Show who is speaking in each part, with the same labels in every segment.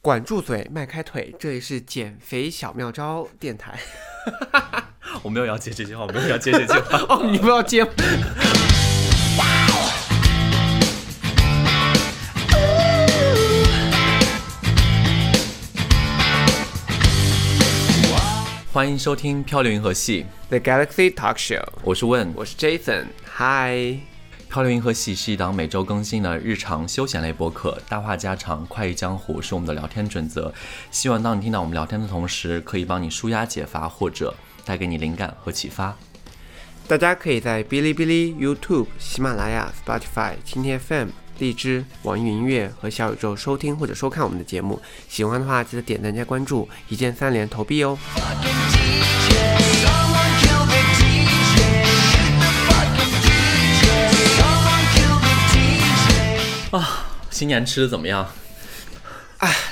Speaker 1: 管住嘴，迈开腿，这里是减肥小妙招电台。
Speaker 2: 我没有要接这句话，我没有要接这句话。
Speaker 1: 哦，你不要 接。
Speaker 2: 欢迎收听《漂流银河系》，
Speaker 1: The Galaxy Talk Show，
Speaker 2: 我是问。
Speaker 1: 我是 Jason，嗨，
Speaker 2: 《漂流银河系》是一档每周更新的日常休闲类播客，大话家常、快意江湖是我们的聊天准则。希望当你听到我们聊天的同时，可以帮你舒压解乏，或者带给你灵感和启发。
Speaker 1: 大家可以在哔哩哔哩、YouTube、喜马拉雅、Spotify、蜻蜓 FM、荔枝、网易云音乐和小宇宙收听或者收看我们的节目。喜欢的话，记得点赞加关注，一键三连投币哦。
Speaker 2: 新年吃的怎么样？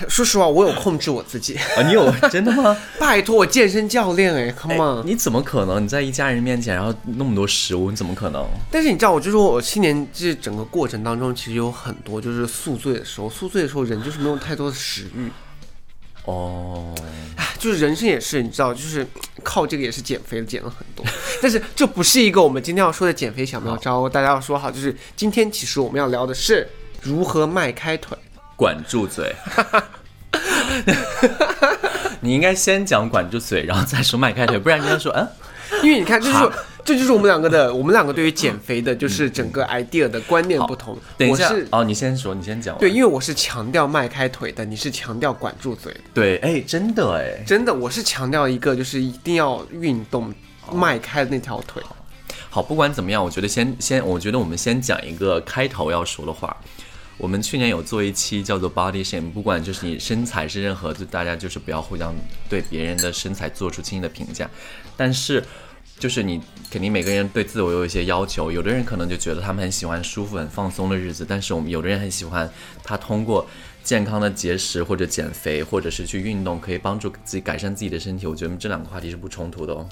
Speaker 1: 说实话，我有控制我自己，
Speaker 2: 啊，你有 真的吗？
Speaker 1: 拜托我健身教练哎
Speaker 2: 哎
Speaker 1: ，Come on。
Speaker 2: 你怎么可能？你在一家人面前，然后那么多食物，你怎么可能？
Speaker 1: 但是你知道，我就说我新年这整个过程当中，其实有很多就是宿醉的时候，宿醉的时候人就是没有太多的食欲，
Speaker 2: 哦，
Speaker 1: 唉就是人生也是，你知道，就是靠这个也是减肥减了很多。但是这不是一个我们今天要说的减肥小妙招，大家要说好，就是今天其实我们要聊的是如何迈开腿。
Speaker 2: 管住嘴。 你应该先讲管住嘴，然后再说迈开腿，不然人家说嗯。
Speaker 1: 因为你看，这就是这就是我们两个的，我们两个对于减肥的，就是整个 idea 的观念不同。
Speaker 2: 等一下
Speaker 1: 我是
Speaker 2: 哦，你先说，你先讲完。
Speaker 1: 对，因为我是强调迈开腿的，你是强调管住嘴的。
Speaker 2: 对，哎，真的哎，
Speaker 1: 真的，我是强调一个，就是一定要运动，
Speaker 2: 哦
Speaker 1: 迈开那条腿。
Speaker 2: 好，不管怎么样，我觉得先先，我觉得我们先讲一个开头要说的话。我们去年有做一期叫做 Body Shame，不管就是你身材是任何，就大家就是不要互相对别人的身材做出轻易的评价。但是，就是你肯定每个人对自我有一些要求，有的人可能就觉得他们很喜欢舒服、很放松的日子，但是我们有的人很喜欢他通过健康的节食或者减肥，或者是去运动，可以帮助自己改善自己的身体。我觉得这两个话题是不冲突的哦。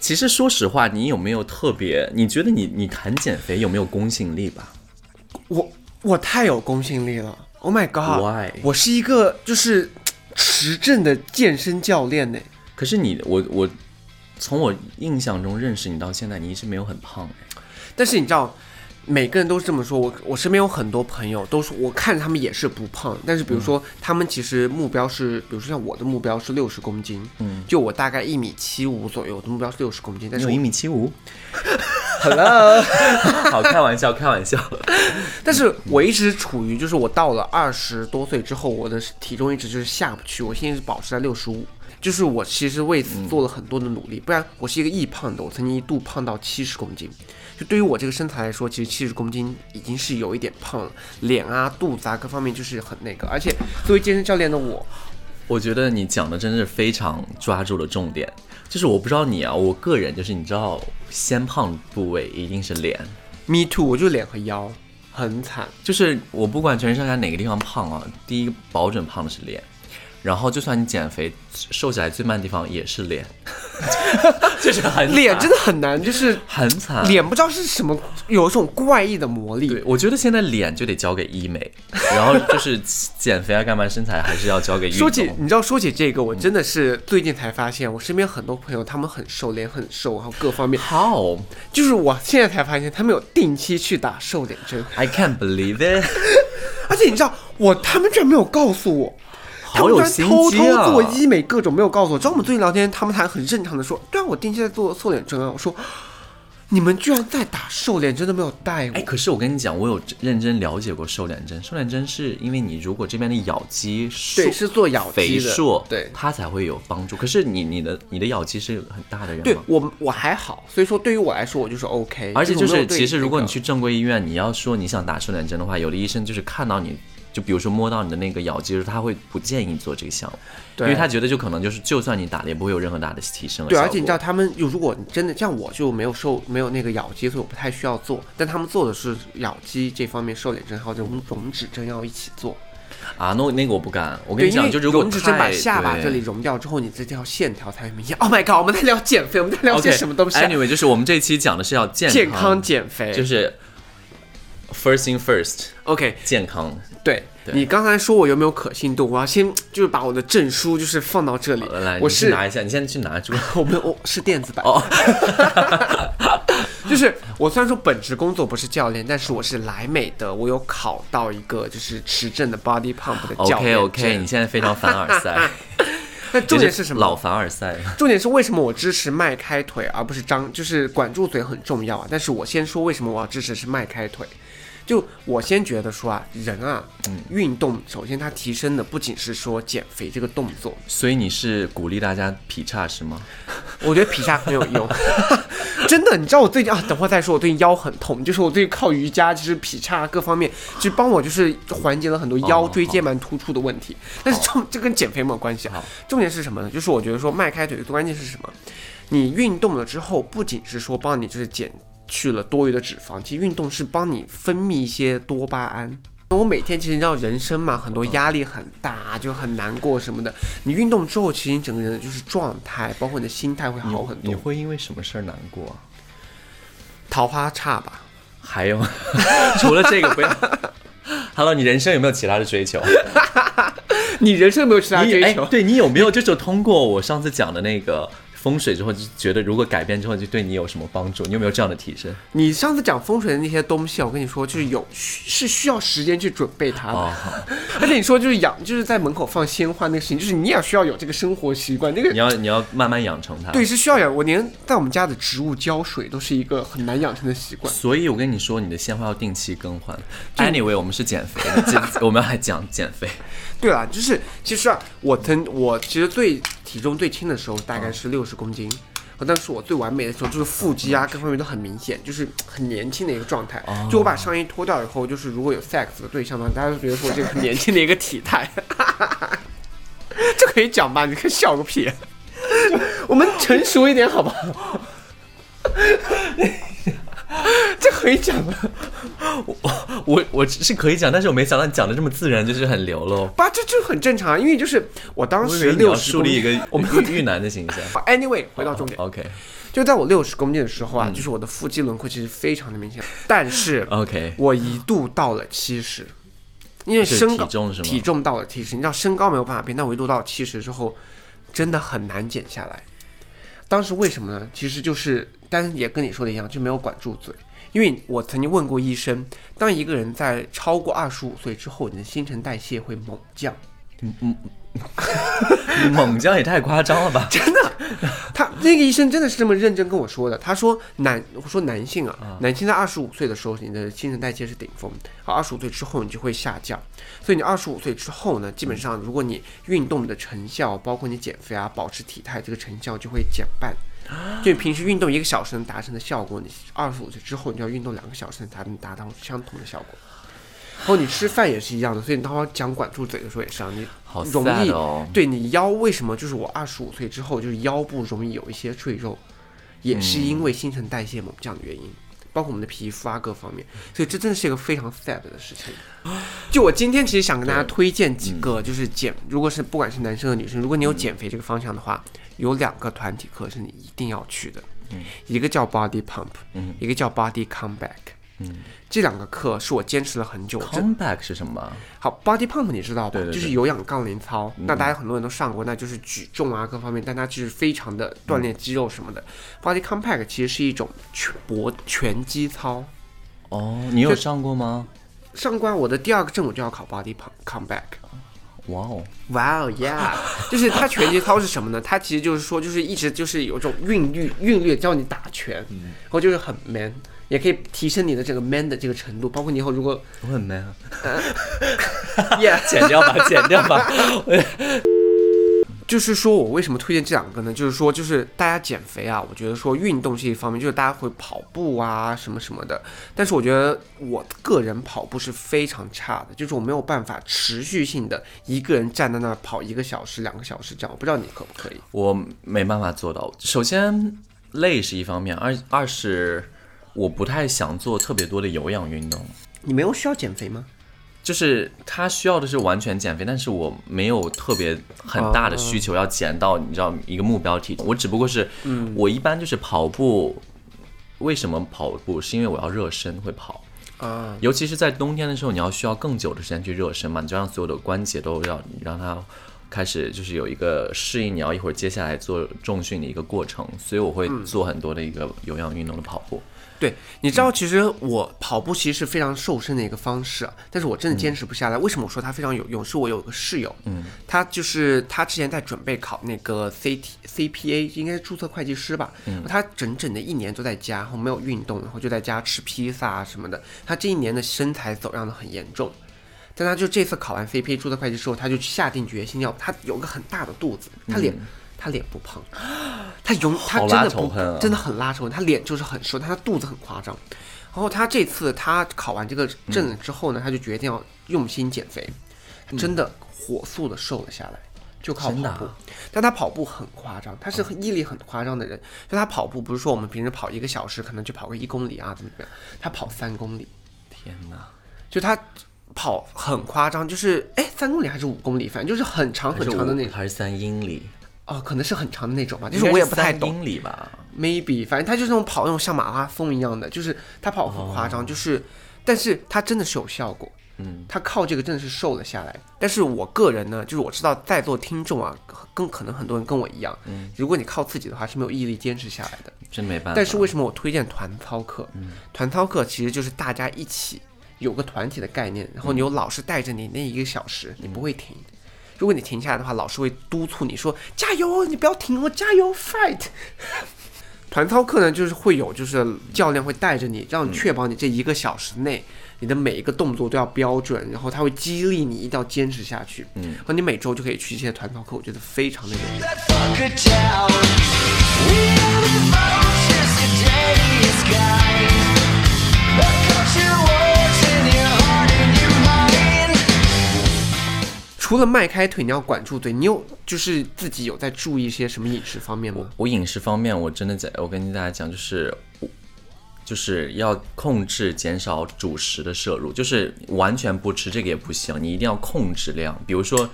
Speaker 2: 其实说实话，你有没有特别？你觉得你你谈减肥有没有公信力吧？
Speaker 1: 我我太有公信力了，Oh my god！
Speaker 2: Why？
Speaker 1: 我是一个就是持证的健身教练呢。
Speaker 2: 可是你我我从我印象中认识你到现在，你一直没有很胖哎。
Speaker 1: 但是你知道，每个人都是这么说。我我身边有很多朋友都说，我看他们也是不胖，但是
Speaker 2: 嗯
Speaker 1: 比如说、他们其实目标是，比如说像我的目标是六十公斤，
Speaker 2: 嗯，
Speaker 1: 就我大概一米七五左右，我的目标是六十公斤，但
Speaker 2: 你
Speaker 1: 是
Speaker 2: 有
Speaker 1: 我
Speaker 2: 一米七五？
Speaker 1: Hello，
Speaker 2: 好，开玩笑，开玩笑。
Speaker 1: 但是我一直处于就是我到了二十多岁之后，我的体重一直就是下不去，我现在是保持在六十五，就是我其实为此做了很多的努力，不然我是一个易胖的，我曾经一度胖到七十公斤，就对于我这个身材来说，其实七十公斤已经是有一点胖了，脸啊、肚子啊各方面就是很那个，而且作为健身教练的我，
Speaker 2: 我觉得你讲的真是非常抓住了重点。就是我不知道你啊，我个人就是你知道，先胖的部位一定是脸。
Speaker 1: me too，我就脸和腰很惨，
Speaker 2: 就是我不管全身上下哪个地方胖啊，第一个保准胖的是脸，然后就算你减肥瘦下来最慢的地方也是脸， 就是很惨
Speaker 1: 脸真的很难，就是
Speaker 2: 很惨。
Speaker 1: 脸不知道是什么，有一种怪异的魔力。
Speaker 2: 对，我觉得现在脸就得交给医美，然后就是减肥啊干嘛，身材还是要交给运动。嗯
Speaker 1: 说起你知道，说起这个，我真的是最近才发现，我身边很多朋友他们很瘦，脸很瘦，然后各方面，
Speaker 2: How
Speaker 1: 就是我现在才发现他们有定期去打瘦脸针，
Speaker 2: I can't believe it！
Speaker 1: 而且你知道，我他们居然没有告诉我。他
Speaker 2: 好
Speaker 1: 们
Speaker 2: 有
Speaker 1: 居
Speaker 2: 心
Speaker 1: 然偷偷
Speaker 2: 机啊！
Speaker 1: 做医美，各种没有告诉我。知道我们最近聊天，他们还很正常的说：“对啊，我定期在做瘦脸针啊。”我说：“你们居然在打瘦脸针都没有带我
Speaker 2: 哎，，可是我跟你讲，我有认真了解过瘦脸针。瘦脸针是因为你如果这边的咬肌瘦
Speaker 1: 对，是做咬
Speaker 2: 肥嗯
Speaker 1: 肌的
Speaker 2: 硕，，
Speaker 1: 对
Speaker 2: 它才会有帮助。可是你你的你的咬肌是很大的人
Speaker 1: 对
Speaker 2: 吗，？
Speaker 1: 我我还好，所以说对于我来说，我就是 OK。
Speaker 2: 而且就
Speaker 1: 我没
Speaker 2: 是
Speaker 1: 有对
Speaker 2: 其实
Speaker 1: 那
Speaker 2: 如果
Speaker 1: 个
Speaker 2: 你去正规医院，你要说你想打瘦脸针的话，有的医生就是看到你。就比如说摸到你的那个咬肌，就是他会不建议做这个项目，因
Speaker 1: 对
Speaker 2: 为他觉得就可能就是就算你打了也不会有任何大的提升和
Speaker 1: 对，
Speaker 2: 效
Speaker 1: 而且你知
Speaker 2: 果
Speaker 1: 道，他们有如果你真的像我就没有瘦，没有那个咬肌，所以我不太需要做。但他们做的是咬肌这方面瘦脸针，还有容容脂针要一起做。
Speaker 2: 啊，那我那个我不敢。我跟
Speaker 1: 对，
Speaker 2: 你
Speaker 1: 因
Speaker 2: 讲，
Speaker 1: 为
Speaker 2: 就如果
Speaker 1: 容脂针把
Speaker 2: 太
Speaker 1: 下巴
Speaker 2: 对
Speaker 1: 这里融掉之后，你这条线条才会明显。Oh my god！我们在聊减肥，我们在聊些
Speaker 2: OK，
Speaker 1: 什么东西啊、
Speaker 2: Anyway，就是我们这期讲的是要健
Speaker 1: 健康减肥，
Speaker 2: 就是 first thing first，
Speaker 1: OK。
Speaker 2: 健康。
Speaker 1: 对，
Speaker 2: 对
Speaker 1: 你刚才说我有没有可信度？我要先就是把我的证书就是放到这里
Speaker 2: 好了，。呃来，
Speaker 1: 我
Speaker 2: 你去
Speaker 1: 是
Speaker 2: 拿一下，你现在去拿住。
Speaker 1: 我们我是电子版
Speaker 2: 哦，
Speaker 1: 就是我虽然说本职工作不是教练，但是我是莱美的，我有考到一个就是持证的 body pump 的教
Speaker 2: OK
Speaker 1: 练
Speaker 2: OK，
Speaker 1: 证
Speaker 2: 你现在非常凡尔赛，
Speaker 1: 那 重点是什么？
Speaker 2: 老凡尔赛。
Speaker 1: 重点是为什么我支持迈开腿，而不是张，就是管住嘴很重要啊。但是我先说为什么我要支持是迈开腿，就我先觉得说啊，人啊，
Speaker 2: 嗯
Speaker 1: 运动首先它提升的不仅是说减肥这个动作，
Speaker 2: 所以你是鼓励大家劈叉是吗？
Speaker 1: 我觉得劈叉很有用， 真的。你知道我最近啊，等会儿再说，我最近腰很痛，就是我最近靠瑜伽，就是劈叉各方面，就帮我就是缓解了很多腰
Speaker 2: 哦
Speaker 1: 椎间盘突出的问题。但是重这跟减肥没有关系啊
Speaker 2: 好，
Speaker 1: 重点是什么呢？就是我觉得说迈开腿的关键是什么？你运动了之后，不仅是说帮你就是减去了多余的脂肪，其实运动是帮你分泌一些多巴胺。我每天其实你知道人生嘛，很多压力很大，就很难过什么的。你运动之后，其实你整个人的就是状态，包括你的心态会好很
Speaker 2: 你
Speaker 1: 多。
Speaker 2: 会因为什么事儿难过啊？
Speaker 1: 桃花差吧？
Speaker 2: 还有， 除了这个不要。Hello，你人生有没有其他的追求？
Speaker 1: 你人生有没有其他
Speaker 2: 你
Speaker 1: 追
Speaker 2: 哎
Speaker 1: 求？
Speaker 2: 对你有没有就是通过我上次讲的那个风水之后，就觉得如果改变之后就对你有什么帮助？你有没有这样的提升？
Speaker 1: 你上次讲风水的那些东西啊，我跟你说，就是有是需要时间去准备它的。
Speaker 2: 哦，
Speaker 1: 而且你说就是养，就是在门口放鲜花那个事情，就是你也需要有这个生活习惯。那个
Speaker 2: 你要你要慢慢养成它。
Speaker 1: 对，是需要养。我连在我们家的植物浇水都是一个很难养成的习惯。
Speaker 2: 所以，我跟你说，你的鲜花要定期更换。Anyway，我们是减肥的，这我们还讲减肥。
Speaker 1: 对啦，就是其实啊，我曾我其实最体重最轻的时候大概是六十公斤。和当时我最完美的时候，就是腹肌啊，各方面都很明显，就是很年轻的一个状态。就我把上衣脱掉以后，就是如果有 sex 的对象呢，大家都觉得说我这个很年轻的一个体态， 这可以讲吧？你可以笑个屁！我们成熟一点好不好？ 这可以讲吗？
Speaker 2: 我我是可以讲，但是我没想到你讲的这么自然，就是很流露。
Speaker 1: 不，这就很正常，因为就是我当
Speaker 2: 我以
Speaker 1: 时
Speaker 2: 为你要
Speaker 1: 六十
Speaker 2: 树
Speaker 1: 公斤
Speaker 2: 立一个
Speaker 1: 我 们
Speaker 2: 玉玉男的形象。
Speaker 1: Anyway，回到重点，
Speaker 2: OK 嗯
Speaker 1: 就在我六十公斤的时候啊，就是我的腹肌轮廓其实非常的明显，但是
Speaker 2: OK，
Speaker 1: 我一度到了七十，因为
Speaker 2: 是
Speaker 1: 身高
Speaker 2: 体重是吗
Speaker 1: 体重到了七十，你知道身高没有办法变，但我一度到了七十之后，真的很难减下来。当时为什么呢？其实就是，但是也跟你说的一样，就没有管住嘴。因为我曾经问过医生，当一个人在超过二十五岁之后，你的新陈代谢会猛降。
Speaker 2: 你猛将也太夸张了吧？
Speaker 1: 他那个医生真的是这么认真跟我说的。他说男，我说男性啊，男性在二十五岁的时候，你的新陈代谢是顶峰，好，二十五岁之后你就会下降。所以你二十五岁之后呢，基本上如果你运动的成效，包括你减肥啊、保持体态这个成效就会减半。
Speaker 2: 啊
Speaker 1: 就你平时运动一个小时能达成的效果，你二十五岁之后你就要运动两个小时才能达到相同的效果。然后你吃饭也是一样的，所以你当我讲管住嘴的时候也是啊，你
Speaker 2: 好
Speaker 1: 容易
Speaker 2: sad 哦。
Speaker 1: 对你腰为什么就是我二十五岁之后就是腰部容易有一些赘肉，也是因为新陈代谢猛降的原因，包括我们的皮肤啊各方面，所以这真的是一个非常 sad 的事情。就我今天其实想跟大家推荐几个，就是减，如果是不管是男生和女生，如果你有减肥这个方向的话，有两个团体课是你一定要去的，一个叫 Body Pump，一个叫 Body Comeback。这两个课是我坚持了很久，这
Speaker 2: Comeback 是什么？
Speaker 1: 好，body pump 你知道吧？
Speaker 2: 对对对嗯
Speaker 1: 就是有氧杠铃操，那大家很多人都上过，那就是举重啊各方面，但它就是非常的锻
Speaker 2: 嗯
Speaker 1: 炼肌肉什么的。body compact 其实是一种拳搏拳击操。
Speaker 2: 哦，你有上过吗？
Speaker 1: 上官，我的第二个证我就要考 body pump comeback。
Speaker 2: 哇哦，
Speaker 1: 哇哦，yeah，就是 它拳击操是什么呢？它其实就是说，就是一直就是有一种韵律，韵律教你打拳，
Speaker 2: 嗯
Speaker 1: 然后就是很 man，也可以提升你的这个 man 的这个程度，包括你以后如果
Speaker 2: 我很 man，啊
Speaker 1: yeah
Speaker 2: 剪掉吧，剪掉 吧。
Speaker 1: 就是说我为什么推荐这两个呢？就是说，就是大家减肥啊，我觉得说运动是一方面，就是大家会跑步啊什么什么的。但是我觉得我个人跑步是非常差的，就是我没有办法持续性的一个人站在那儿跑一个小时、两个小时这样。我不知道你可不可以？
Speaker 2: 我没办法做到。首先，累是一方面，二二是我不太想做特别多的有氧运动。
Speaker 1: 你没有需要减肥吗？
Speaker 2: 就是他需要的是完全减肥，但是我没有特别很大的需求要减到你知道一个目标体重，我只不过是，
Speaker 1: 嗯
Speaker 2: 我一般就是跑步，为什么跑步？是因为我要热身会跑，
Speaker 1: 啊，
Speaker 2: 尤其是在冬天的时候，你要需要更久的时间去热身嘛，你就让所有的关节都要你让它开始就是有一个适应你要一会儿接下来做重训的一个过程，所以我会
Speaker 1: 嗯
Speaker 2: 做很多的一个有氧运动的跑步。
Speaker 1: 对，你知道，其实我跑步其实是非常瘦身的一个方式啊，但是我真的坚持不下来。为什么我说它非常有用？是我有个室友，嗯，他就是他之前在准备考那个 C T C P A，应该是注册会计师吧，他整整的一年都在家，然后没有运动，然后就在家吃披萨啊什么的。他这一年的身材走样的很严重，但他就这次考完 C P A 注册会计之后，他就下定决心要，他有个很大的肚子，他脸。他脸不胖，他永他
Speaker 2: 嗯好
Speaker 1: 真
Speaker 2: 拉
Speaker 1: 的
Speaker 2: 仇
Speaker 1: 不、
Speaker 2: 恨啊
Speaker 1: 真的很拉仇恨，他脸就是很瘦，但他肚子很夸张。然后他这次他考完这个
Speaker 2: 嗯
Speaker 1: 证了之后呢，他就决定要用心减肥，真的火速的瘦了下来，就靠跑
Speaker 2: 嗯真的啊嗯
Speaker 1: 步。但他跑步很夸张，他是很毅力很夸张的人，就他跑步不是说我们平时跑一个小时可能就跑个一公里啊怎么怎么样，他跑三公里，
Speaker 2: 天哪，
Speaker 1: 就他跑很夸张，就是哎三公里还是五公里，反正就是很长
Speaker 2: 还
Speaker 1: 很
Speaker 2: 是
Speaker 1: 长的那
Speaker 2: 五
Speaker 1: 种
Speaker 2: 还是三英里？
Speaker 1: 哦，可能是很长的那种吧，就
Speaker 2: 应
Speaker 1: 是
Speaker 2: 该
Speaker 1: 我也不太
Speaker 2: 三
Speaker 1: 懂。
Speaker 2: 英里吧？
Speaker 1: maybe，反正他就是那种跑那种像马拉松一样的，就是他跑很夸张，就是，但是他真的是有效果，
Speaker 2: 哦嗯，
Speaker 1: 他靠这个真的是瘦了下来。但是我个人呢，就是我知道在座听众啊，更可能很多人跟我一样，
Speaker 2: 嗯
Speaker 1: 如果你靠自己的话是没有毅力坚持下来的。嗯
Speaker 2: 真没办法。
Speaker 1: 但是为什么我推荐团操课？团操课其实就是大家一起有个团体的概念，然后你有老师带着你那一个小时，你不会停。如果你停下来的话，老师会督促你说：“加油，你不要停哦，加油，fight。”团操课呢，就是会有，就是教练会带着你，让你确保你这一个小时内，你的每一个动作都要标准，然后他会激励你一定要坚持下去。嗯，和你每周就可以去一些团操课，我觉得非常的有用。
Speaker 3: that fucker tower. We are the vultures, today's guide. The culture wars in your heart and your mind.
Speaker 1: 除了迈开腿，你要管住嘴。你有就是自己有在注意一些什么饮食方面吗？
Speaker 2: 我饮食方面，我真的在，我跟大家讲，就是我就是要控制减少主食的摄入，就是完全不吃这个也不行，你一定要控制量。比如说，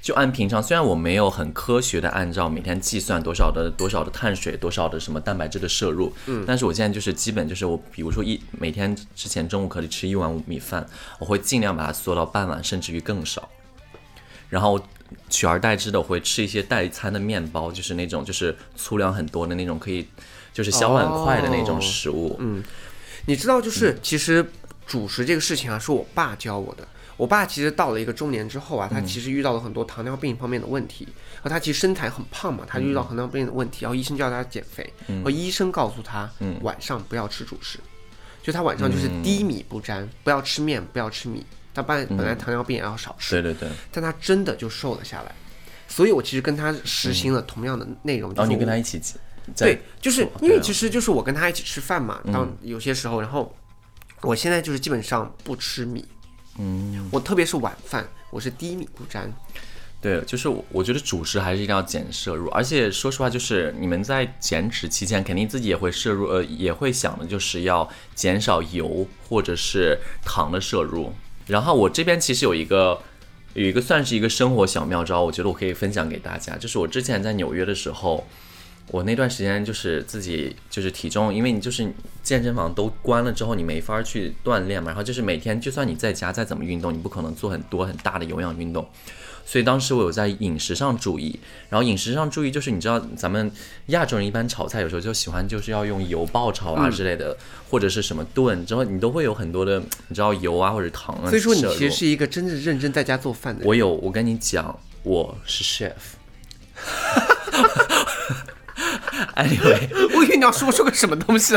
Speaker 2: 就按平常，虽然我没有很科学的按照每天计算多少的多少的碳水、多少的什么蛋白质的摄入，嗯，但是我现在就是基本就是我，比如说一每天之前中午可以吃一碗米饭，我会尽量把它缩到半碗，甚至于更少。然后取而代之的我会吃一些代餐的面包，就是那种就是粗粮很多的那种，可以就是消化很快的那种食物。嗯，
Speaker 1: 你知道，就是其实主食这个事情啊，是我爸教我的。我爸其实到了一个中年之后啊，他其实遇到了很多糖尿病方面的问题，然后他其实身材很胖嘛，他就遇到糖尿病的问题，然后医生叫他减肥，然后医生告诉他晚上不要吃主食，就他晚上就是低米不沾，不要吃面，不要吃米。他本来本来糖尿病也要少吃，
Speaker 2: 对对对。
Speaker 1: 但他真的就瘦了下来。所以我其实跟他实行了同样的内容，就
Speaker 2: 然后
Speaker 1: 是
Speaker 2: 嗯哦你跟
Speaker 1: 我
Speaker 2: 他一起在
Speaker 1: 对，就是因为
Speaker 2: 对啊嗯
Speaker 1: 其实就是我跟他一起吃饭嘛，当有些时候，然后我现在就是基本上不吃米，嗯，我特别是晚饭，我是低米不沾，
Speaker 2: 对，就是我我觉得主食还是一定要减摄入，而且说实话，就是你们在减脂期间，肯定自己也会摄入，呃，也会想的就是要减少油或者是糖的摄入。然后我这边其实有一个有一个算是一个生活小妙招，我觉得我可以分享给大家，就是我之前在纽约的时候，我那段时间就是自己就是体重，因为你就是健身房都关了之后，你没法去锻炼嘛，然后就是每天就算你在家再怎么运动，你不可能做很多很大的有氧运动，所以当时我有在饮食上注意，然后饮食上注意就是你知道咱们亚洲人一般炒菜有时候就喜欢就是要用油爆炒
Speaker 1: 嗯
Speaker 2: 啊之类的，或者是什么炖之后，你都会有很多的你知道油啊或者糖啊摄
Speaker 1: 所
Speaker 2: 入，
Speaker 1: 以说你其实是一个真正认真在家做饭的人。
Speaker 2: 我有，我跟你讲，我 是 chef。anyway，
Speaker 1: 我以为你要说说个什么东西，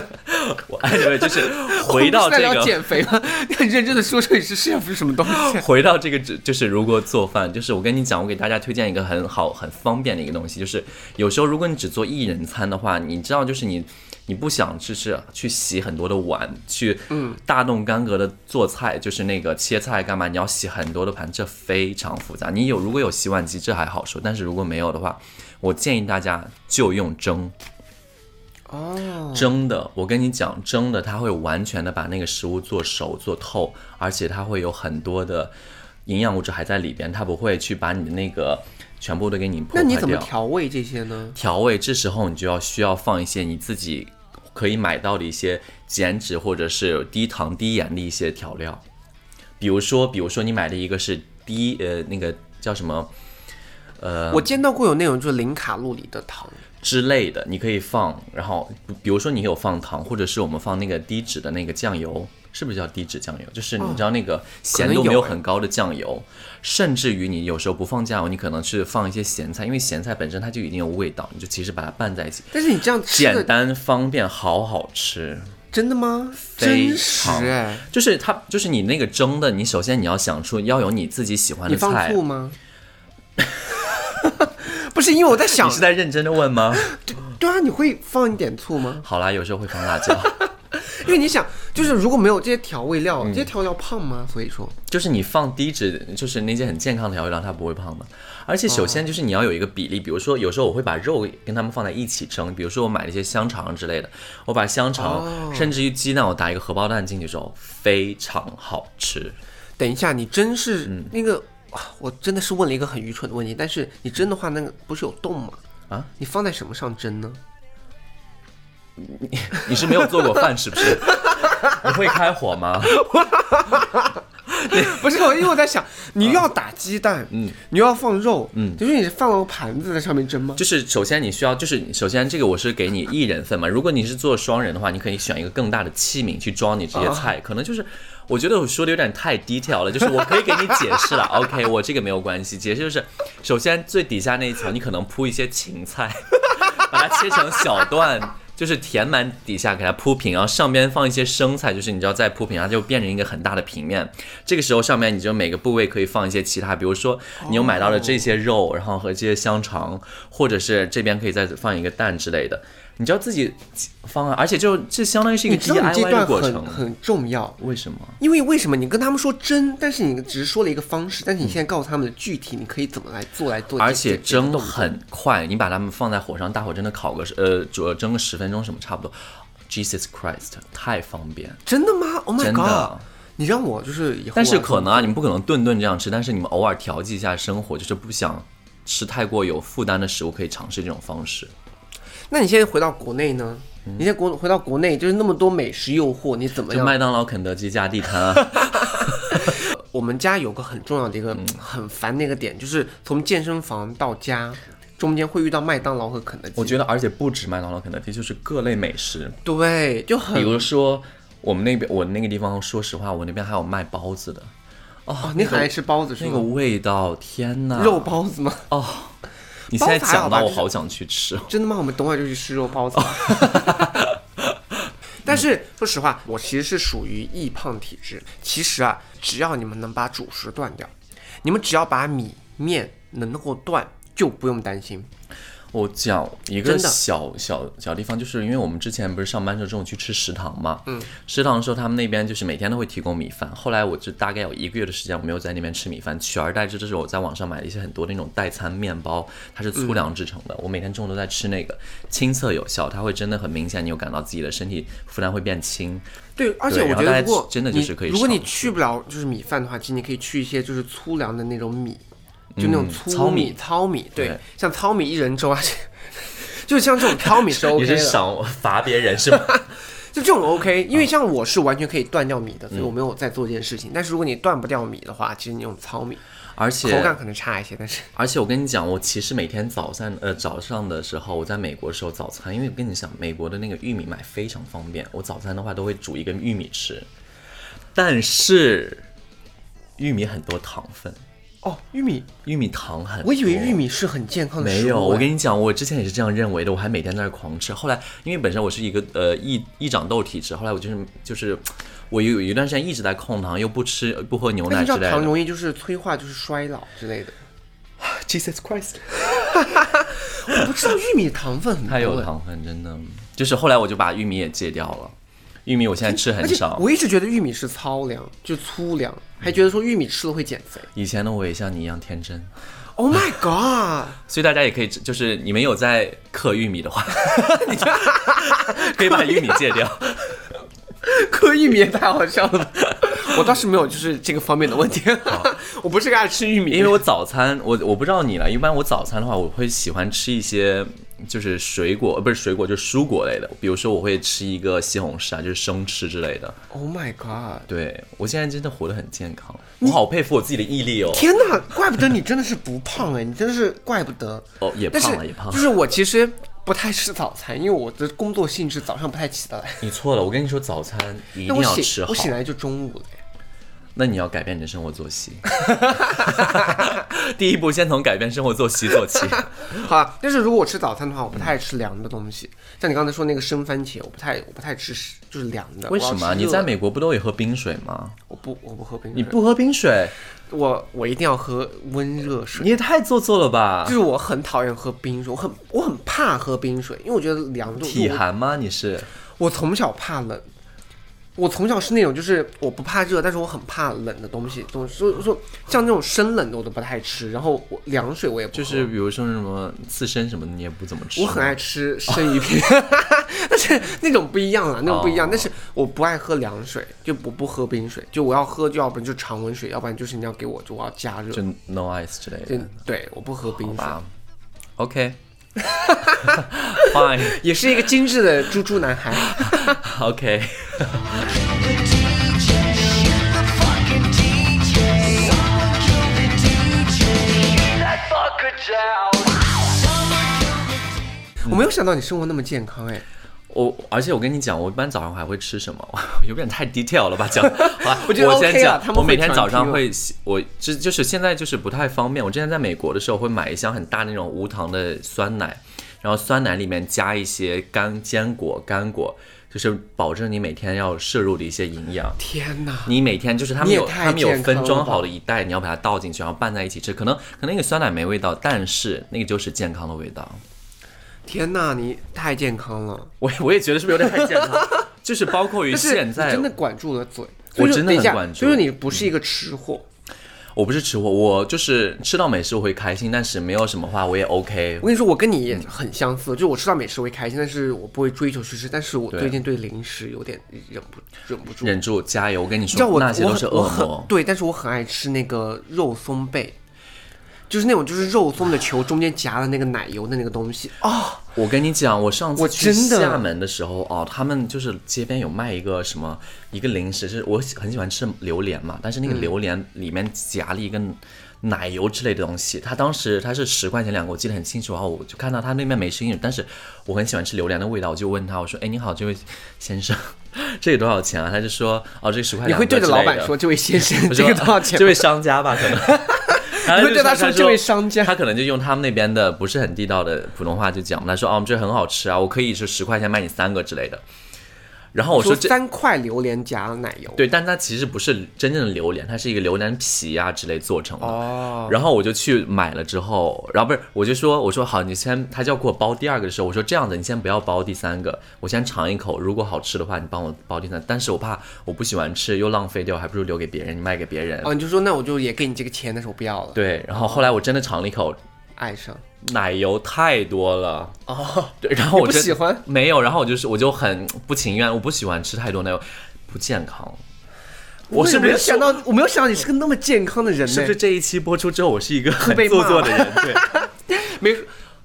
Speaker 2: 我 anyway 就是 回到
Speaker 1: 我们
Speaker 2: 这
Speaker 1: 不是在聊
Speaker 2: 个，？
Speaker 1: 减肥吗？你很 认真的说说你是是不是什么东西
Speaker 2: 回到这个只就是如果做饭，就是我跟你讲，我给大家推荐一个很好很方便的一个东西，就是有时候如果你只做一人餐的话，你知道就是你。你不想就是去洗很多的碗，去
Speaker 1: 嗯
Speaker 2: 大动干戈的做菜，就是那个切菜干嘛？你要洗很多的盘，这非常复杂。你有如果有洗碗机，这还好说，但是如果没有的话，我建议大家就用蒸。
Speaker 1: 哦，
Speaker 2: 蒸的，我跟你讲，蒸的它会完全的把那个食物做熟做透，而且它会有很多的营养物质还在里边，它不会去把你的那个全部都给你破
Speaker 1: 那
Speaker 2: 坏掉。
Speaker 1: 你怎么调味这些呢？
Speaker 2: 调味？这时候你就要需要放一些你自己可以买到的一些减脂或者是低糖低盐的一些调料，比如说，比如说你买的一个是低呃那个叫什么呃
Speaker 1: 我见到过有那种就是零卡路里的糖，
Speaker 2: 之类的，你可以放，然后比比如说你有放糖，或者是我们放那个低脂的那个酱油，是不是叫低脂酱油？就是
Speaker 1: 哦
Speaker 2: 你知道那个咸度没有很高的酱油，甚至于你有时候不放酱油，你可能是放一些咸菜，因为咸菜本身它就已经有味道，你就其实把它拌在一起，
Speaker 1: 但是你这样吃的
Speaker 2: 简单方便，好好吃。
Speaker 1: 真的吗？
Speaker 2: 非
Speaker 1: 真实
Speaker 2: 常
Speaker 1: 哎，
Speaker 2: 就是它，就是你那个蒸的，你首先你要想出要有你自己喜欢
Speaker 1: 你
Speaker 2: 的
Speaker 1: 放
Speaker 2: 菜。
Speaker 1: 醋吗？ 不是，因为我在想
Speaker 2: 你，是在认真的问吗？
Speaker 1: 对啊，你会放一点醋吗？
Speaker 2: 好啦，有时候会放辣椒。
Speaker 1: 因为你想，就是如果没有这些调味
Speaker 2: 嗯
Speaker 1: 料，这些调味料胖吗？所以说，
Speaker 2: 就是你放低脂，就是那些很健康的调味料，它不会胖的。而且首先就是你要有一个比例，比如说有时候我会把肉跟它们放在一起蒸，比如说我买了一些香肠之类的，我把香肠、甚至于鸡蛋，我打一个荷包蛋进去之后，非常好吃。
Speaker 1: 等一下，你真是
Speaker 2: 嗯
Speaker 1: 那个，啊我真的是问了一个很愚蠢的问题，但是你蒸的话，那个不是有洞吗？
Speaker 2: 啊，
Speaker 1: 你放在什么上蒸呢？
Speaker 2: 你是没有做过饭是不是？ 你会开火吗？
Speaker 1: 不是，我因为我在想，你又要打鸡蛋，嗯，你又要放肉，嗯，就是你放了个盘子在上面蒸吗？
Speaker 2: 就是首先你需要，就是首先这个我是给你一人份嘛。如果你是做双人的话，你可以选一个更大的器皿去装你这些菜。可能就是我觉得我说的有点太 detail 了，就是我可以给你解释了。OK，我这个没有关系，解释就是首先最底下那一层你可能铺一些芹菜，把它切成小段。就是填满底下给它铺平，然后上边放一些生菜，就是你知道再铺平，它就变成一个很大的平面。这个时候上面你就每个部位可以放一些其他，比如说你有买到了这些肉，然后和这些香肠，或者是这边可以再放一个蛋之类的。你知道自己放啊，而且就这相当于是一
Speaker 1: 你
Speaker 2: 个
Speaker 1: 知道你
Speaker 2: DIY
Speaker 1: 这
Speaker 2: 的
Speaker 1: 段
Speaker 2: 过
Speaker 1: 很
Speaker 2: 程。
Speaker 1: 很重要，
Speaker 2: 为什么？
Speaker 1: 因为为什么你跟他们说蒸，但是你只是说了一个方式，但是你现在告诉他们的具体你可以怎么来做来做，
Speaker 2: 而且
Speaker 1: 这
Speaker 2: 蒸很快，你把它们放在火上，大火真的烤个十呃煮蒸个十分钟什么差不多。Jesus Christ，太方便。
Speaker 1: 真的吗？Oh my
Speaker 2: 真的
Speaker 1: god！你让我就是以后，
Speaker 2: 但是可能啊，你们不可能顿顿这样吃，但是你们偶尔调剂一下生活，就是不想吃太过有负担的食物，可以尝试这种方式。
Speaker 1: 那你现在回到国内呢？你现在国回到国内就是那么多美食诱惑，你怎么
Speaker 2: 嗯就
Speaker 1: 样？
Speaker 2: 麦当劳、肯德基加地 摊啊，
Speaker 1: 我们家有个很重要的一个
Speaker 2: 嗯
Speaker 1: 很烦的一个点，就是从健身房到家中间会遇到麦当劳和肯德基，
Speaker 2: 我觉得而且不止麦当劳、肯德基，就是各类美食，
Speaker 1: 对，就
Speaker 2: 比
Speaker 1: 很
Speaker 2: 如说我们那边我那个地方，说实话，我那边还有卖包子的，
Speaker 1: 哦，你很爱吃包子是
Speaker 2: 那个
Speaker 1: 吗？
Speaker 2: 味道，天哪！
Speaker 1: 嗯肉包子吗？
Speaker 2: 哦，你现在
Speaker 1: 包子还好
Speaker 2: 讲
Speaker 1: 吧
Speaker 2: 到我
Speaker 1: 就是
Speaker 2: 好想去吃哦。
Speaker 1: 真的吗？我们等会儿就去吃肉 包子。但是说实话，我其实是属于易胖体质。其实啊，只要你们能把主食断掉，你们只要把米面能够断，就不用担心。
Speaker 2: 我讲一
Speaker 1: 真
Speaker 2: 个
Speaker 1: 的
Speaker 2: 小小小地方，就是因为我们之前不是上班的时候中午去吃食堂嘛，嗯，食堂的时候他们那边就是每天都会提供米饭。后来我就大概有一个月的时间我没有在那边吃米饭，取而代之就是我在网上买了一些很多那种代餐面包，它是
Speaker 1: 嗯
Speaker 2: 粗粮制成的，我每天中午都在吃那个，亲测有效，它会真的很明显，你有感到自己的身体负担会变轻。
Speaker 1: 对，而且我
Speaker 2: 然
Speaker 1: 觉
Speaker 2: 后
Speaker 1: 得
Speaker 2: 大家
Speaker 1: 如果
Speaker 2: 真的就是可以
Speaker 1: 你如果你
Speaker 2: 尝试
Speaker 1: 去不了就是米饭的话，其实你可以去一些就是粗粮的那种米，就那种粗
Speaker 2: 嗯糙米
Speaker 1: 米、糙米，对
Speaker 2: 对，
Speaker 1: 像糙米一人粥啊，就像这种糙 米是 OK
Speaker 2: 你是
Speaker 1: 的。
Speaker 2: 赏罚别人 是吗？
Speaker 1: 就这种 OK，因为像我是完全可以断掉米的，所以我没有在做这件事情。但是如果你断不掉米的话，其实你用糙米，
Speaker 2: 而且
Speaker 1: 口感可能差一些，但是
Speaker 2: 而且我跟你讲，我其实每天早上呃早上的时候，我在美国的时候早餐，因为我跟你讲，美国的那个玉米买非常方便，我早餐的话都会煮一根玉米吃，但是玉米很多糖分，
Speaker 1: 哦，玉米，
Speaker 2: 玉米糖很多。
Speaker 1: 我以为玉米是很健康的食物。哎
Speaker 2: 没有，我
Speaker 1: 你
Speaker 2: 跟你讲，我之前也是这样认为的，我还每天在那儿狂吃。后来因为本身我是一个呃易易长痘体质，后来我就是就是我有有一段时间一直在控糖，又不吃不喝牛
Speaker 1: 那
Speaker 2: 奶
Speaker 1: 你知
Speaker 2: 之
Speaker 1: 道
Speaker 2: 类的。
Speaker 1: 糖容易就是催化，就是衰老之类的。
Speaker 2: Jesus Christ。
Speaker 1: 我不知道玉米糖分很多，
Speaker 2: 它有，糖分，真的。就是后来我就把玉米也戒掉了，玉米我现在吃
Speaker 1: 而
Speaker 2: 很
Speaker 1: 且
Speaker 2: 少。
Speaker 1: 我一直觉得玉米是糙粮，就粗粮，还觉得说玉米吃了会减肥。
Speaker 2: 以前的我也像你一样天真，
Speaker 1: Oh my god！
Speaker 2: 所以大家也可以，就是你们有在嗑玉米的话，你就可以把玉米戒掉。
Speaker 1: 嗑玉米也太好笑了吧！我倒是没有，就是这个方面的问题。 我不是给他吃玉米，
Speaker 2: 因为我早餐，我我不知道你了。一般我早餐的话，我会喜欢吃一些就是水果，呃不是水果，就是蔬果类的。比如说，我会吃一个西红柿啊，就是生吃之类的。
Speaker 1: Oh my god！
Speaker 2: 对我现在真的活得很健康，我好佩服我自己的毅力哦。
Speaker 1: 天哪，怪不得你真的是不胖 哎，你真的是怪不得。
Speaker 2: 哦，也
Speaker 1: 但是
Speaker 2: 胖了，也胖
Speaker 1: 就
Speaker 2: 了。
Speaker 1: 是我其实不太吃早餐，因为我的工作性质早上不太起得来。
Speaker 2: 你错了，我跟你说，早餐一
Speaker 1: 那
Speaker 2: 定
Speaker 1: 我
Speaker 2: 要
Speaker 1: 醒
Speaker 2: 吃好
Speaker 1: 我。醒来就中午了哎。
Speaker 2: 那你要改变你的生活作息。 第一步，先从改变生活作息 做起。
Speaker 1: 好啊，但是如果我吃早餐的话，我不太爱吃凉的东西，像你刚才说那个生番茄，我不太我不太吃是就是凉的。
Speaker 2: 为什
Speaker 1: 我
Speaker 2: 么
Speaker 1: 要
Speaker 2: 啊？
Speaker 1: 吃热
Speaker 2: 你在
Speaker 1: 的
Speaker 2: 美国不都有喝冰水吗？
Speaker 1: 我不我不喝冰水，
Speaker 2: 你不喝冰水，
Speaker 1: 我我一定要喝温热水。
Speaker 2: 你也太做作了吧
Speaker 1: 就？是我很讨厌喝冰水，我很我很怕喝冰水，因为我觉得凉度。
Speaker 2: 体寒吗？你是？
Speaker 1: 我从小怕冷，我从小是那种就是我不怕热，但是我很怕冷的东西，总是说像那种生冷的我都不太吃，然后我凉水我也不喝
Speaker 2: 就是比如说什么刺身什么的，你也不怎么吃。
Speaker 1: 我很爱。吃生鱼 片，但是那种不一样啊啦，那种不一样。
Speaker 2: 哦
Speaker 1: 但是我不爱喝凉水，就我不喝冰水，就我要喝就要不然就常温水，要不然就是你要给我就我要加热
Speaker 2: 就。no ice 之类
Speaker 1: 就
Speaker 2: 的。
Speaker 1: 对，我不喝冰水，
Speaker 2: 吧，OK 。Fine，OK，、
Speaker 1: 也 是一个精致的猪猪男孩。我没有想到你生活那么健康哎，
Speaker 2: 我而且我跟你讲，我一般早上还会吃什么？ 有点太 detail 了吧？ 讲，好吧
Speaker 1: 我觉得
Speaker 2: 我先
Speaker 1: OK 了
Speaker 2: 讲
Speaker 1: 他，们
Speaker 2: 我每
Speaker 1: 会
Speaker 2: 天
Speaker 1: 传
Speaker 2: 早上
Speaker 1: 听
Speaker 2: 会洗，我这就是现在就是不太方便。我之前在美国的时候会买一箱很大那种无糖的酸奶，然后酸奶里面加一些干坚果、干果，就是保证你每天要摄入的一些营养。
Speaker 1: 天哪！
Speaker 2: 你每天就是他们
Speaker 1: 你也
Speaker 2: 有
Speaker 1: 太
Speaker 2: 他们有
Speaker 1: 健康
Speaker 2: 分装
Speaker 1: 了吧
Speaker 2: 好的一袋，你要把它倒进去，然后拌在一起吃。可能可能那个酸奶没味道，但是那个就是健康的味道。
Speaker 1: 天哪，你太健康了！
Speaker 2: 我也我也觉得是不是有点太健 康？就是包括于
Speaker 1: 但是
Speaker 2: 现
Speaker 1: 你
Speaker 2: 在，
Speaker 1: 真的管住了嘴，
Speaker 2: 我
Speaker 1: 所以
Speaker 2: 真
Speaker 1: 就等
Speaker 2: 的
Speaker 1: 一
Speaker 2: 很
Speaker 1: 下
Speaker 2: 管住嗯
Speaker 1: 所以说你不是一个吃货。
Speaker 2: 我不是吃货，我就是吃到美食我会开心，但是没有什么话我也 OK
Speaker 1: 我。跟你说，我跟你
Speaker 2: 嗯
Speaker 1: 也很相似，就我吃到美食我会开心，但是我不会追求吃吃。但是我
Speaker 2: 对
Speaker 1: 最近对零食有点忍不忍不住。
Speaker 2: 忍住，加油！我跟你
Speaker 1: 你知道
Speaker 2: 说，
Speaker 1: 我
Speaker 2: 那些
Speaker 1: 我
Speaker 2: 都是
Speaker 1: 很我
Speaker 2: 恶
Speaker 1: 很
Speaker 2: 魔。
Speaker 1: 对，但是我很爱吃那个肉松贝，就是那种就是肉松的球中间夹了那个奶油的那个东西哦，
Speaker 2: 我跟你讲，我上次
Speaker 1: 我
Speaker 2: 去
Speaker 1: 真的
Speaker 2: 厦门的时候哦，他们就是街边有卖一个什么一个零食，是我喜很喜欢吃榴莲嘛，但是
Speaker 1: 嗯
Speaker 2: 那个榴莲里面夹了一个奶油之类的东西。他当时他是十块钱两个，我记得很清楚。然哦后我就看到他那边没生意，但是我很喜欢吃榴莲的味道，我就问他，我说：“哎，你好，这位先生， 这个多少钱啊？”他就说：“哦，这个十块
Speaker 1: 你
Speaker 2: 两
Speaker 1: 会
Speaker 2: 个之
Speaker 1: 对
Speaker 2: 类
Speaker 1: 着
Speaker 2: 的。”
Speaker 1: 老板说：“这位先生，
Speaker 2: 我
Speaker 1: 这
Speaker 2: 说
Speaker 1: 个多少钱？”
Speaker 2: 这位商家吧，可能。然后
Speaker 1: 你会对他
Speaker 2: 就
Speaker 1: 说这位商家
Speaker 2: 他可能就用他们那边的不是很地道的普通话就讲，他说：“哦，我们这很好吃啊，我可以是十块钱卖你三个之类的。”然后我
Speaker 1: 说
Speaker 2: 这
Speaker 1: 三块榴莲夹奶油，
Speaker 2: 对，但它其实不是真正的榴莲，它是一个榴莲皮啊之类做成的。
Speaker 1: 哦，
Speaker 2: 然后我就去买了之后，然后不是，我就说，我说好，你先，他就要给我包第二个的时候，我说这样子，你先不要包第三个，我先尝一口，如果好吃的话，你帮我包第三，但是我怕我不喜欢吃又浪费掉，还不如留给别人，你卖给别人。
Speaker 1: 哦，你就说那我就也给你这个钱，但是我不要了，
Speaker 2: 对，然后后来我真的尝了一口，
Speaker 1: 爱上
Speaker 2: 奶油太多了。
Speaker 1: 哦，
Speaker 2: 对，然后我
Speaker 1: 你不
Speaker 2: 真
Speaker 1: 喜欢
Speaker 2: 没有，然后我就是我就很不情愿，我不喜欢吃太多奶油，不健康。我是
Speaker 1: 也
Speaker 2: 不
Speaker 1: 没有
Speaker 2: 是
Speaker 1: 想到，我没有想到你是个那么健康的人呢，
Speaker 2: 是不是这一期播出之后，我是一个很
Speaker 1: 被骂
Speaker 2: 做作的人？
Speaker 1: 没，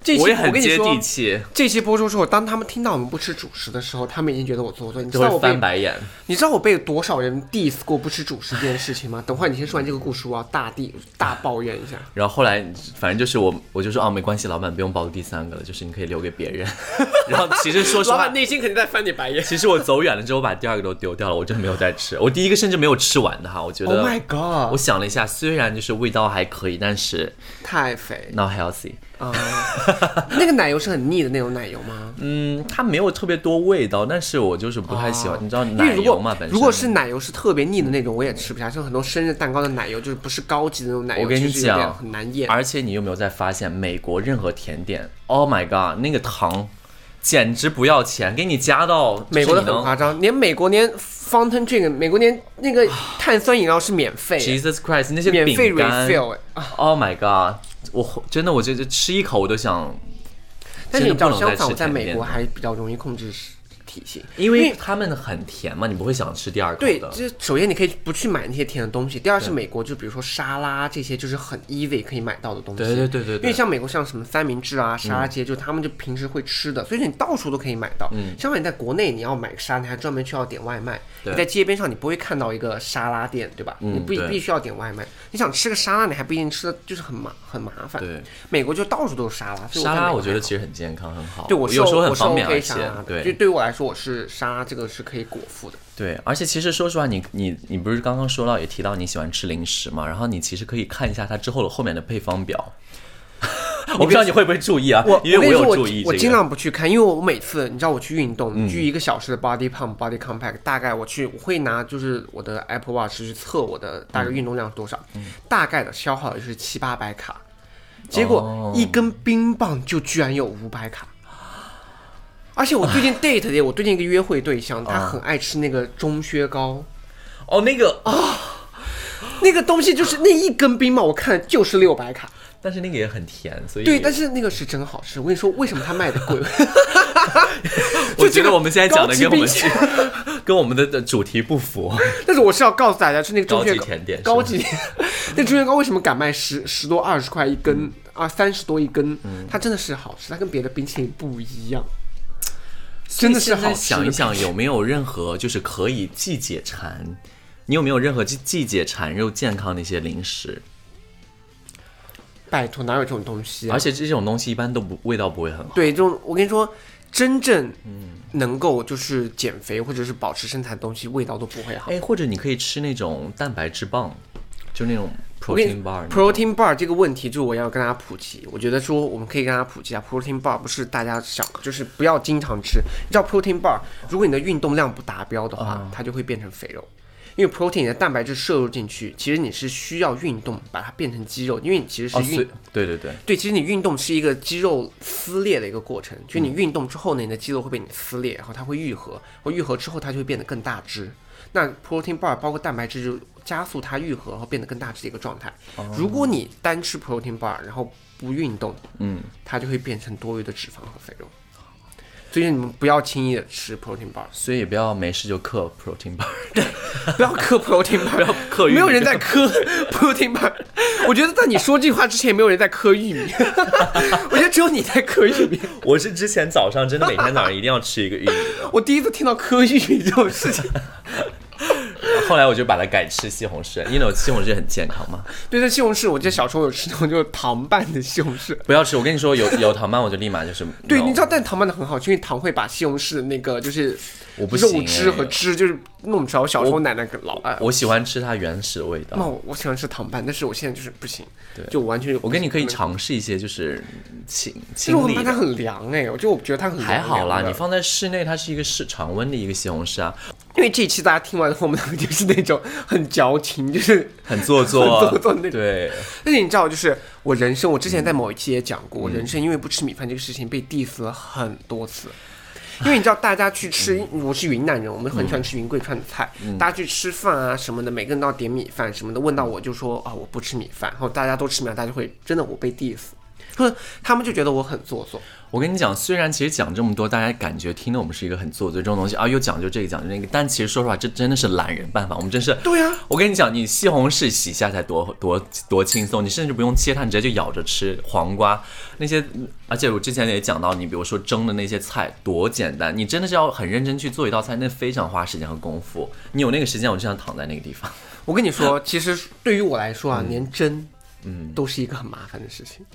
Speaker 1: 这
Speaker 2: 对，
Speaker 1: 期
Speaker 2: 我也
Speaker 1: 我
Speaker 2: 很
Speaker 1: 跟你
Speaker 2: 接
Speaker 1: 说
Speaker 2: 地，气，
Speaker 1: 这期播出之后，当他们听到我们不吃主食的时候，他们已经觉得我做作。你知
Speaker 2: 就
Speaker 1: 道我
Speaker 2: 会
Speaker 1: 被
Speaker 2: 翻白眼。
Speaker 1: 你知道我被多少人 diss 过不吃主食这件事情吗？等会儿你先说完这个故事，我要大地大抱怨一下。
Speaker 2: 然后后来，反正就是我，我就说啊，没关系，老板不用包第三个了，就是你可以留给别人。 然后其实说实
Speaker 1: 老
Speaker 2: 话
Speaker 1: 板，内心肯定在翻你白眼。
Speaker 2: 其实我走远了之后，我把第二个都丢掉了，我真的没有再吃。我第一个甚至没有吃完的哈，我觉
Speaker 1: Oh
Speaker 2: 得。
Speaker 1: my
Speaker 2: 我
Speaker 1: god！
Speaker 2: 想了一下，虽然就是味道还可以，但是
Speaker 1: 太肥
Speaker 2: not healthy。
Speaker 1: 啊！那个奶油是很腻的那种奶油吗？
Speaker 2: 嗯，它没有特别多味道，但是我就是不太喜
Speaker 1: 啊
Speaker 2: 欢。你知道
Speaker 1: 哦因为
Speaker 2: 奶
Speaker 1: 如
Speaker 2: 油嘛，
Speaker 1: 果
Speaker 2: 本身
Speaker 1: 如果是奶油是特别腻的那种，我也吃不下。像很多生日蛋糕的奶油，就是不是高级的那种奶油，
Speaker 2: 我跟你
Speaker 1: 就是有点
Speaker 2: 讲
Speaker 1: 很难咽。
Speaker 2: 而且你有没有在发现，美国任何甜点，Oh my god，那个糖简直不要钱，给你加到就是
Speaker 1: 美国的
Speaker 2: 你
Speaker 1: 很
Speaker 2: 能
Speaker 1: 夸张，连美国连 fountain drink，美国连那个碳酸饮料是免费的，
Speaker 2: Jesus Christ，那些
Speaker 1: 免费
Speaker 2: 饼干
Speaker 1: refill 哎。
Speaker 2: ，Oh my god，我真的我觉得吃一口我都想，
Speaker 1: 但是你知
Speaker 2: 真
Speaker 1: 道，
Speaker 2: 的不
Speaker 1: 相
Speaker 2: 能再
Speaker 1: 反，
Speaker 2: 吃
Speaker 1: 我在
Speaker 2: 甜
Speaker 1: 美
Speaker 2: 点
Speaker 1: 国
Speaker 2: 了。
Speaker 1: 还比较容易控制食体型，
Speaker 2: 因为他们很甜嘛，你不会想吃第二口
Speaker 1: 对，
Speaker 2: 的。
Speaker 1: 就是首先你可以不去买那些甜的东西，第二是美国就比如说沙拉这些就是很 easy 可以买到的东西。
Speaker 2: 对对对对对
Speaker 1: 因为像美国像什么三明治啊、沙拉街，就他们就平时会吃的，所以你到处都可以买到。相反你在国内你要买个沙拉，你还专门去要点外卖。
Speaker 2: 嗯对嗯
Speaker 1: 你在街边上你不会看到一个沙拉店，对吧？你不
Speaker 2: 对
Speaker 1: 必须要点外卖，你想吃个沙拉，你还不一定吃的就是很麻很麻烦。
Speaker 2: 对，
Speaker 1: 美国就到处都是沙拉。所以
Speaker 2: 沙
Speaker 1: 在美
Speaker 2: 拉
Speaker 1: 国
Speaker 2: 我觉
Speaker 1: 还
Speaker 2: 得
Speaker 1: 好
Speaker 2: 其实很健康，很好。
Speaker 1: 对我是
Speaker 2: 有时候很
Speaker 1: 我是
Speaker 2: 方便，而
Speaker 1: OK 啊
Speaker 2: 且
Speaker 1: 沙拉的，就
Speaker 2: 对
Speaker 1: 对于我来说，我是沙拉这个是可以果腹的。
Speaker 2: 对，而且其实说实话，你你你不是刚刚说到也提到你喜欢吃零食嘛？然后你其实可以看一下它之后的后面的配方表。 我不知道你会不会注意啊？
Speaker 1: 我
Speaker 2: 因为
Speaker 1: 我
Speaker 2: 有
Speaker 1: 跟
Speaker 2: 注
Speaker 1: 你说，
Speaker 2: 意这
Speaker 1: 我
Speaker 2: 个。嗯
Speaker 1: 尽量不去看，因为我每次你知道我去运动，去一个小时的 body pump body compact，大概我去我会拿就是我的 Apple Watch 去测我的大
Speaker 2: 嗯
Speaker 1: 概运动量是多少，大概的消耗也就是七八百卡，结
Speaker 2: 哦
Speaker 1: 果一根冰棒就居然有五百卡。而且我最 近 date 的，我最近一个约会对象，他
Speaker 2: 啊
Speaker 1: 很爱吃那个钟薛高，
Speaker 2: 哦，那个啊，
Speaker 1: 那个东西就是那一根冰棒，我看就是六百卡。
Speaker 2: 但是那个也很甜，所以
Speaker 1: 对，但是那个是真好吃。我跟你说，为什么它卖的贵？
Speaker 2: 我
Speaker 1: 就这
Speaker 2: 觉得
Speaker 1: 个
Speaker 2: 我们现在讲
Speaker 1: 高
Speaker 2: 的
Speaker 1: 级
Speaker 2: 跟我
Speaker 1: 冰
Speaker 2: 们
Speaker 1: 淇
Speaker 2: 跟我们的主题不符。
Speaker 1: 但是我是要告诉大家，就那个中
Speaker 2: 高级
Speaker 1: 雪
Speaker 2: 甜点是吧
Speaker 1: 高级，那中雪糕为什么敢卖十十多二十块一
Speaker 2: 嗯
Speaker 1: 根啊，三十多一根？它真的是好吃，它跟别的冰淇淋不一样， 真的是好
Speaker 2: 再
Speaker 1: 吃。
Speaker 2: 想一想，有没有任何就是可以季节馋？你有没有任何季季节馋又健康的一些零食？
Speaker 1: 拜托，哪有这种东西啊、
Speaker 2: 而且这种东西一般都不味道不会很好。
Speaker 1: 对，这种我跟你说，真正
Speaker 2: 嗯
Speaker 1: 能够就是减肥或者是保持身材的东西，味道都不会好。
Speaker 2: 哎，或者你可以吃那种蛋白质棒，就那种
Speaker 1: 我跟你
Speaker 2: protein bar 那种。
Speaker 1: protein bar 这个问题，就是我要跟大家普及。我觉得说我们可以跟大家普及啊，protein bar 不是大家想，就是不要经常吃。你知道 protein bar，如果你的运动量不达标的话，
Speaker 2: 啊
Speaker 1: 它就会变成肥肉。因为 protein 的蛋白质摄入进去，其实你是需要运动把它变成肌肉，因为你其实
Speaker 2: 哦，
Speaker 1: 是运、
Speaker 2: 所以对对对，
Speaker 1: 对，其实你运动是一个肌肉撕裂的一个过程，就你
Speaker 2: 嗯
Speaker 1: 运动之后呢，你的肌肉会被你撕裂，然后它会愈合，或愈合之后它就会变得更大只。那 protein bar 包括蛋白质就加速它愈合，然后变得更大只的一个状态。
Speaker 2: 哦
Speaker 1: 如果你单吃 protein bar，然后不运动，
Speaker 2: 嗯，
Speaker 1: 它就会变成多余的脂肪和肥肉。所以你们不要轻易的吃 protein bar，
Speaker 2: 所以也不要没事就嗑 protein bar。
Speaker 1: 不要 嗑 protein bar，不要
Speaker 2: 嗑玉米
Speaker 1: 没有人在 嗑 protein bar。我觉得在你说这句话之前，没有人在嗑玉米， 我觉得只有你在嗑玉米。
Speaker 2: 我是之前早上真的每天早上一定要吃一个玉米的，
Speaker 1: 我第一次听到科玉米这种事情。
Speaker 2: 后来我就把它改吃西红柿，因为我西红柿很健康嘛。
Speaker 1: 对，在西红柿，我记得小时候有吃那种就是糖拌的西红柿。
Speaker 2: 不要吃，我跟你说，有有糖拌我就立马就是。
Speaker 1: 对，
Speaker 2: no
Speaker 1: 你知道，但糖拌的很好吃，因为糖会把西红柿的那个就是
Speaker 2: 我不行哎
Speaker 1: 肉汁和汁就是弄出来。我小时候奶奶跟老爱。
Speaker 2: 我喜欢吃它原始的味
Speaker 1: 那
Speaker 2: 道。
Speaker 1: 我我喜欢吃糖拌，但是我现在就是不行，就完全
Speaker 2: 我跟你可以尝试一些，就是清
Speaker 1: 就是我
Speaker 2: 清理
Speaker 1: 发现它
Speaker 2: 的。
Speaker 1: 很凉哎、我就我觉得它很凉
Speaker 2: 还好啦，
Speaker 1: 凉的
Speaker 2: 你放在室内，它是一个室常温的一个西红柿啊，
Speaker 1: 因为这一期大家听完后，我们两 个就是那种很矫情，就是
Speaker 2: 很做作，
Speaker 1: 很做作那种
Speaker 2: 对，
Speaker 1: 但是你知道，就是我人生，我之前在某一期也讲过，我人生因为不吃米饭这个事情被 diss 了很多次。因为你知道，大家去吃，我是云南人，我们很喜欢吃云贵川的菜。大家去吃饭啊什么的，每个人都要点米饭什么的。问到我就说啊、我不吃米饭，然后大家都吃米饭，大家就会真的我被 diss，说他们就觉得我很做作。
Speaker 2: 我跟你讲，虽然其实讲这么多，大家感觉听的我们是一个很做作这种东西啊，又讲究这个讲究那个，但其实说实话，这真的是懒人办法。我们真是
Speaker 1: 对啊
Speaker 2: 我跟你讲，你西红柿洗一下才多多多轻松，你甚至不用切它，你直接就咬着吃。黄瓜那些，而且我之前也讲到，你比如说蒸的那些菜多简单，你真的是要很认真去做一道菜，那非常花时间和功夫。你有那个时间，我就想躺在那个地方。
Speaker 1: 我跟你说， 其实对于我来说啊，连针，嗯，哦都是一个很麻烦的事情。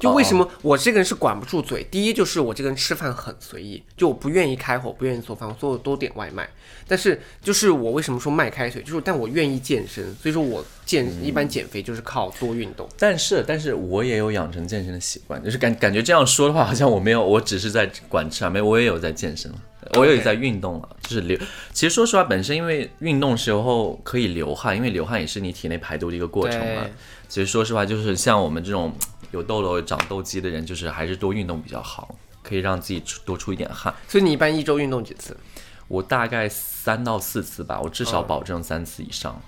Speaker 1: 就为什么我这个人是管不住嘴？第一就是我这个人吃饭很随意，就我不愿意开火，不愿意做饭，我所有都点外卖。但是就是我为什么说迈开腿，就是但我愿意健身，所以说我健、一般减肥就是靠多运动。
Speaker 2: 但是，但是我也有养成健身的习惯，就是感感觉这样说的话，好像我没有，我只是在管吃啊，没，我也有在健身了，我也有在运动了，就是流。其实说实话，本身因为运动时候可以流汗，因为流汗也是你体内排毒的一个过程嘛
Speaker 1: 对。
Speaker 2: 其实说实话，就是像我们这种有痘痘、长痘肌的人，就是还是多运动比较好，可以让自己出多出一点汗。
Speaker 1: 所以你一般一周运动几次？
Speaker 2: 我大概三到四次吧，我至少
Speaker 1: 嗯
Speaker 2: 保证三次以上，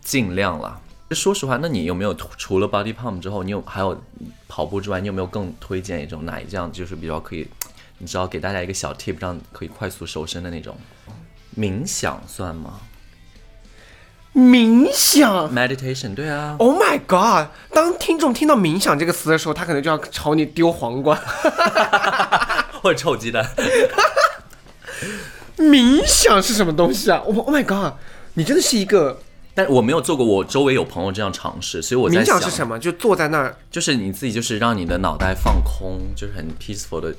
Speaker 2: 尽量啦。说实话，那你有没有除除了 body pump 之后，你有还有跑步之外，你有没有更推荐一种哪一项就是比较可以你知道，给大家一个小 tip，让可以快速瘦身的那种。冥想算吗
Speaker 1: 冥想
Speaker 2: ？Meditation，对啊。
Speaker 1: ，Oh my god！当听众听到冥想这个词的时候，他可能就要朝你丢皇 冠。
Speaker 2: 或者臭鸡蛋。
Speaker 1: 冥想是什么东西啊？Oh oh my god！你真的是一个
Speaker 2: 但我没有做过，我周围有朋友这样尝试，所以我在
Speaker 1: 冥
Speaker 2: 想
Speaker 1: 想是什么？就坐在那儿，
Speaker 2: 就是你自己就是让你的脑袋放空，就是很 peaceful 的，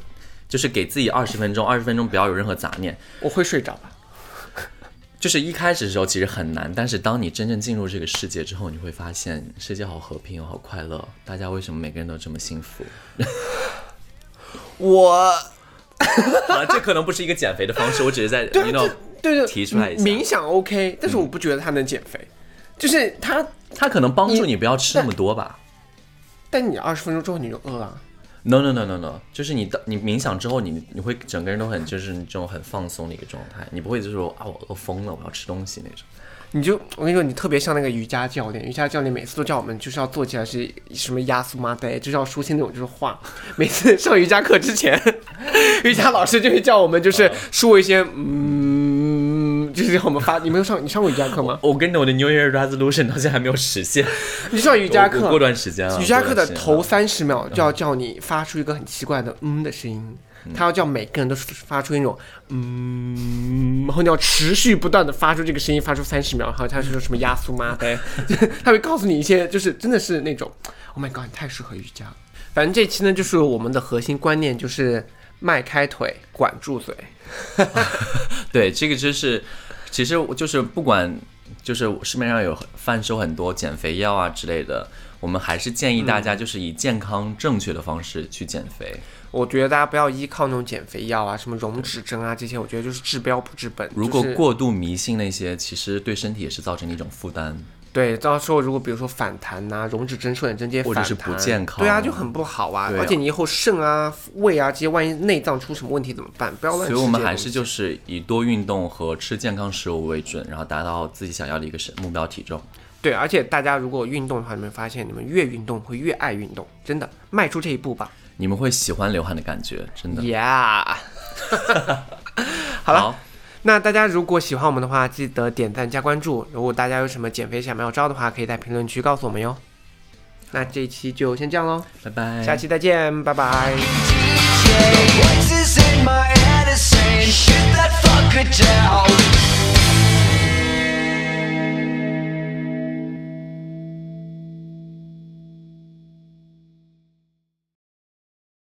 Speaker 2: 就是给自己二十分钟，二十分钟不要有任何杂念。
Speaker 1: 我会睡着吧？
Speaker 2: 就是一开始的时候其实很难，但是当你真正进入这个世界之后，你会发现世界好和平，好快乐，大家为什么每个人都这么幸福？
Speaker 1: 我
Speaker 2: 啊，这可能不是一个减肥的方式，我只是在
Speaker 1: 对啊
Speaker 2: you know
Speaker 1: 对对
Speaker 2: 提出来一下
Speaker 1: 冥想 OK，但是我不觉得它能减肥，就是它，
Speaker 2: 它可能帮助你不要吃那么多吧。
Speaker 1: 但你二十分钟之后你就饿啊了。
Speaker 2: No no no no no，就是你的你冥想之后你，你会整个人都很就是这种很放松的一个状态，你不会就是说啊我饿疯了，我要吃东西那种。
Speaker 1: 你就我跟你说，你特别像那个瑜伽教练，瑜伽教练每次都叫我们就是要做起来是什么压苏麻呆，就是要说些那种就是话。每次 上瑜伽课之前， 瑜伽老师就会叫我们就是说一些嗯，就是让我们发。你没有上你上过瑜伽课吗？
Speaker 2: 我跟我的 New Year Resolution 到现在还没有实现。
Speaker 1: 你上瑜
Speaker 2: 瑜
Speaker 1: 伽课，
Speaker 2: 过段时间了，
Speaker 1: 瑜伽课的
Speaker 2: 啊过段时间了嗯
Speaker 1: 头三十秒就要叫你发出一个很奇怪的嗯的声音，他要叫每个人都发出一种嗯， 然后你要持续不断的发出这个声音，发出三十秒，然后他是说什么压苏吗？ 对，他会告诉你一些，就是真的是那种，Oh my god，你太适合瑜伽了。反正这期呢，就是我们的核心观念就是迈开腿，管住嘴。
Speaker 2: 对，这个就是，其实我就是不管，就是市面上有贩售很多减肥药啊之类的，我们还是建议大
Speaker 1: 嗯
Speaker 2: 家就是以健康正确的方式去减肥。
Speaker 1: 我觉得大家不要依靠那种减肥药啊，什么溶脂针啊这些，我觉得就是治标不治本。
Speaker 2: 如果
Speaker 1: 就是
Speaker 2: 过度迷信那些，其实对身体也是造成一种负担。
Speaker 1: 对，到时候如果比如说反弹呐、溶脂针、瘦脸针这些
Speaker 2: 或
Speaker 1: 反
Speaker 2: 者
Speaker 1: 弹，
Speaker 2: 是不健康
Speaker 1: 对啊，就很不好啊。
Speaker 2: 对啊
Speaker 1: 而且你以后肾啊、胃啊这些，万一内脏出什么问题怎么办？不要乱
Speaker 2: 所
Speaker 1: 吃
Speaker 2: 以
Speaker 1: 这些东西。
Speaker 2: 我们还是就是以多运动和吃健康食物为准，然后达到自己想要的一个目标体重。
Speaker 1: 对，而且大家如果运动的话，你们发现你们越运动会越爱运动，真的迈出这一步吧。
Speaker 2: 你们会喜欢流汗的感觉，真的。
Speaker 1: Yeah，好了
Speaker 2: 嗯好，
Speaker 1: 那大家如果喜欢我们的话，记得点赞加关注。如果大家有什么减肥小妙招的话，可以在评论区告诉我们哟。那这一期就先这样喽，
Speaker 2: 拜拜。
Speaker 1: 下期再见，拜拜。
Speaker 3: DJ, voices in my head are saying, shut that fucker down.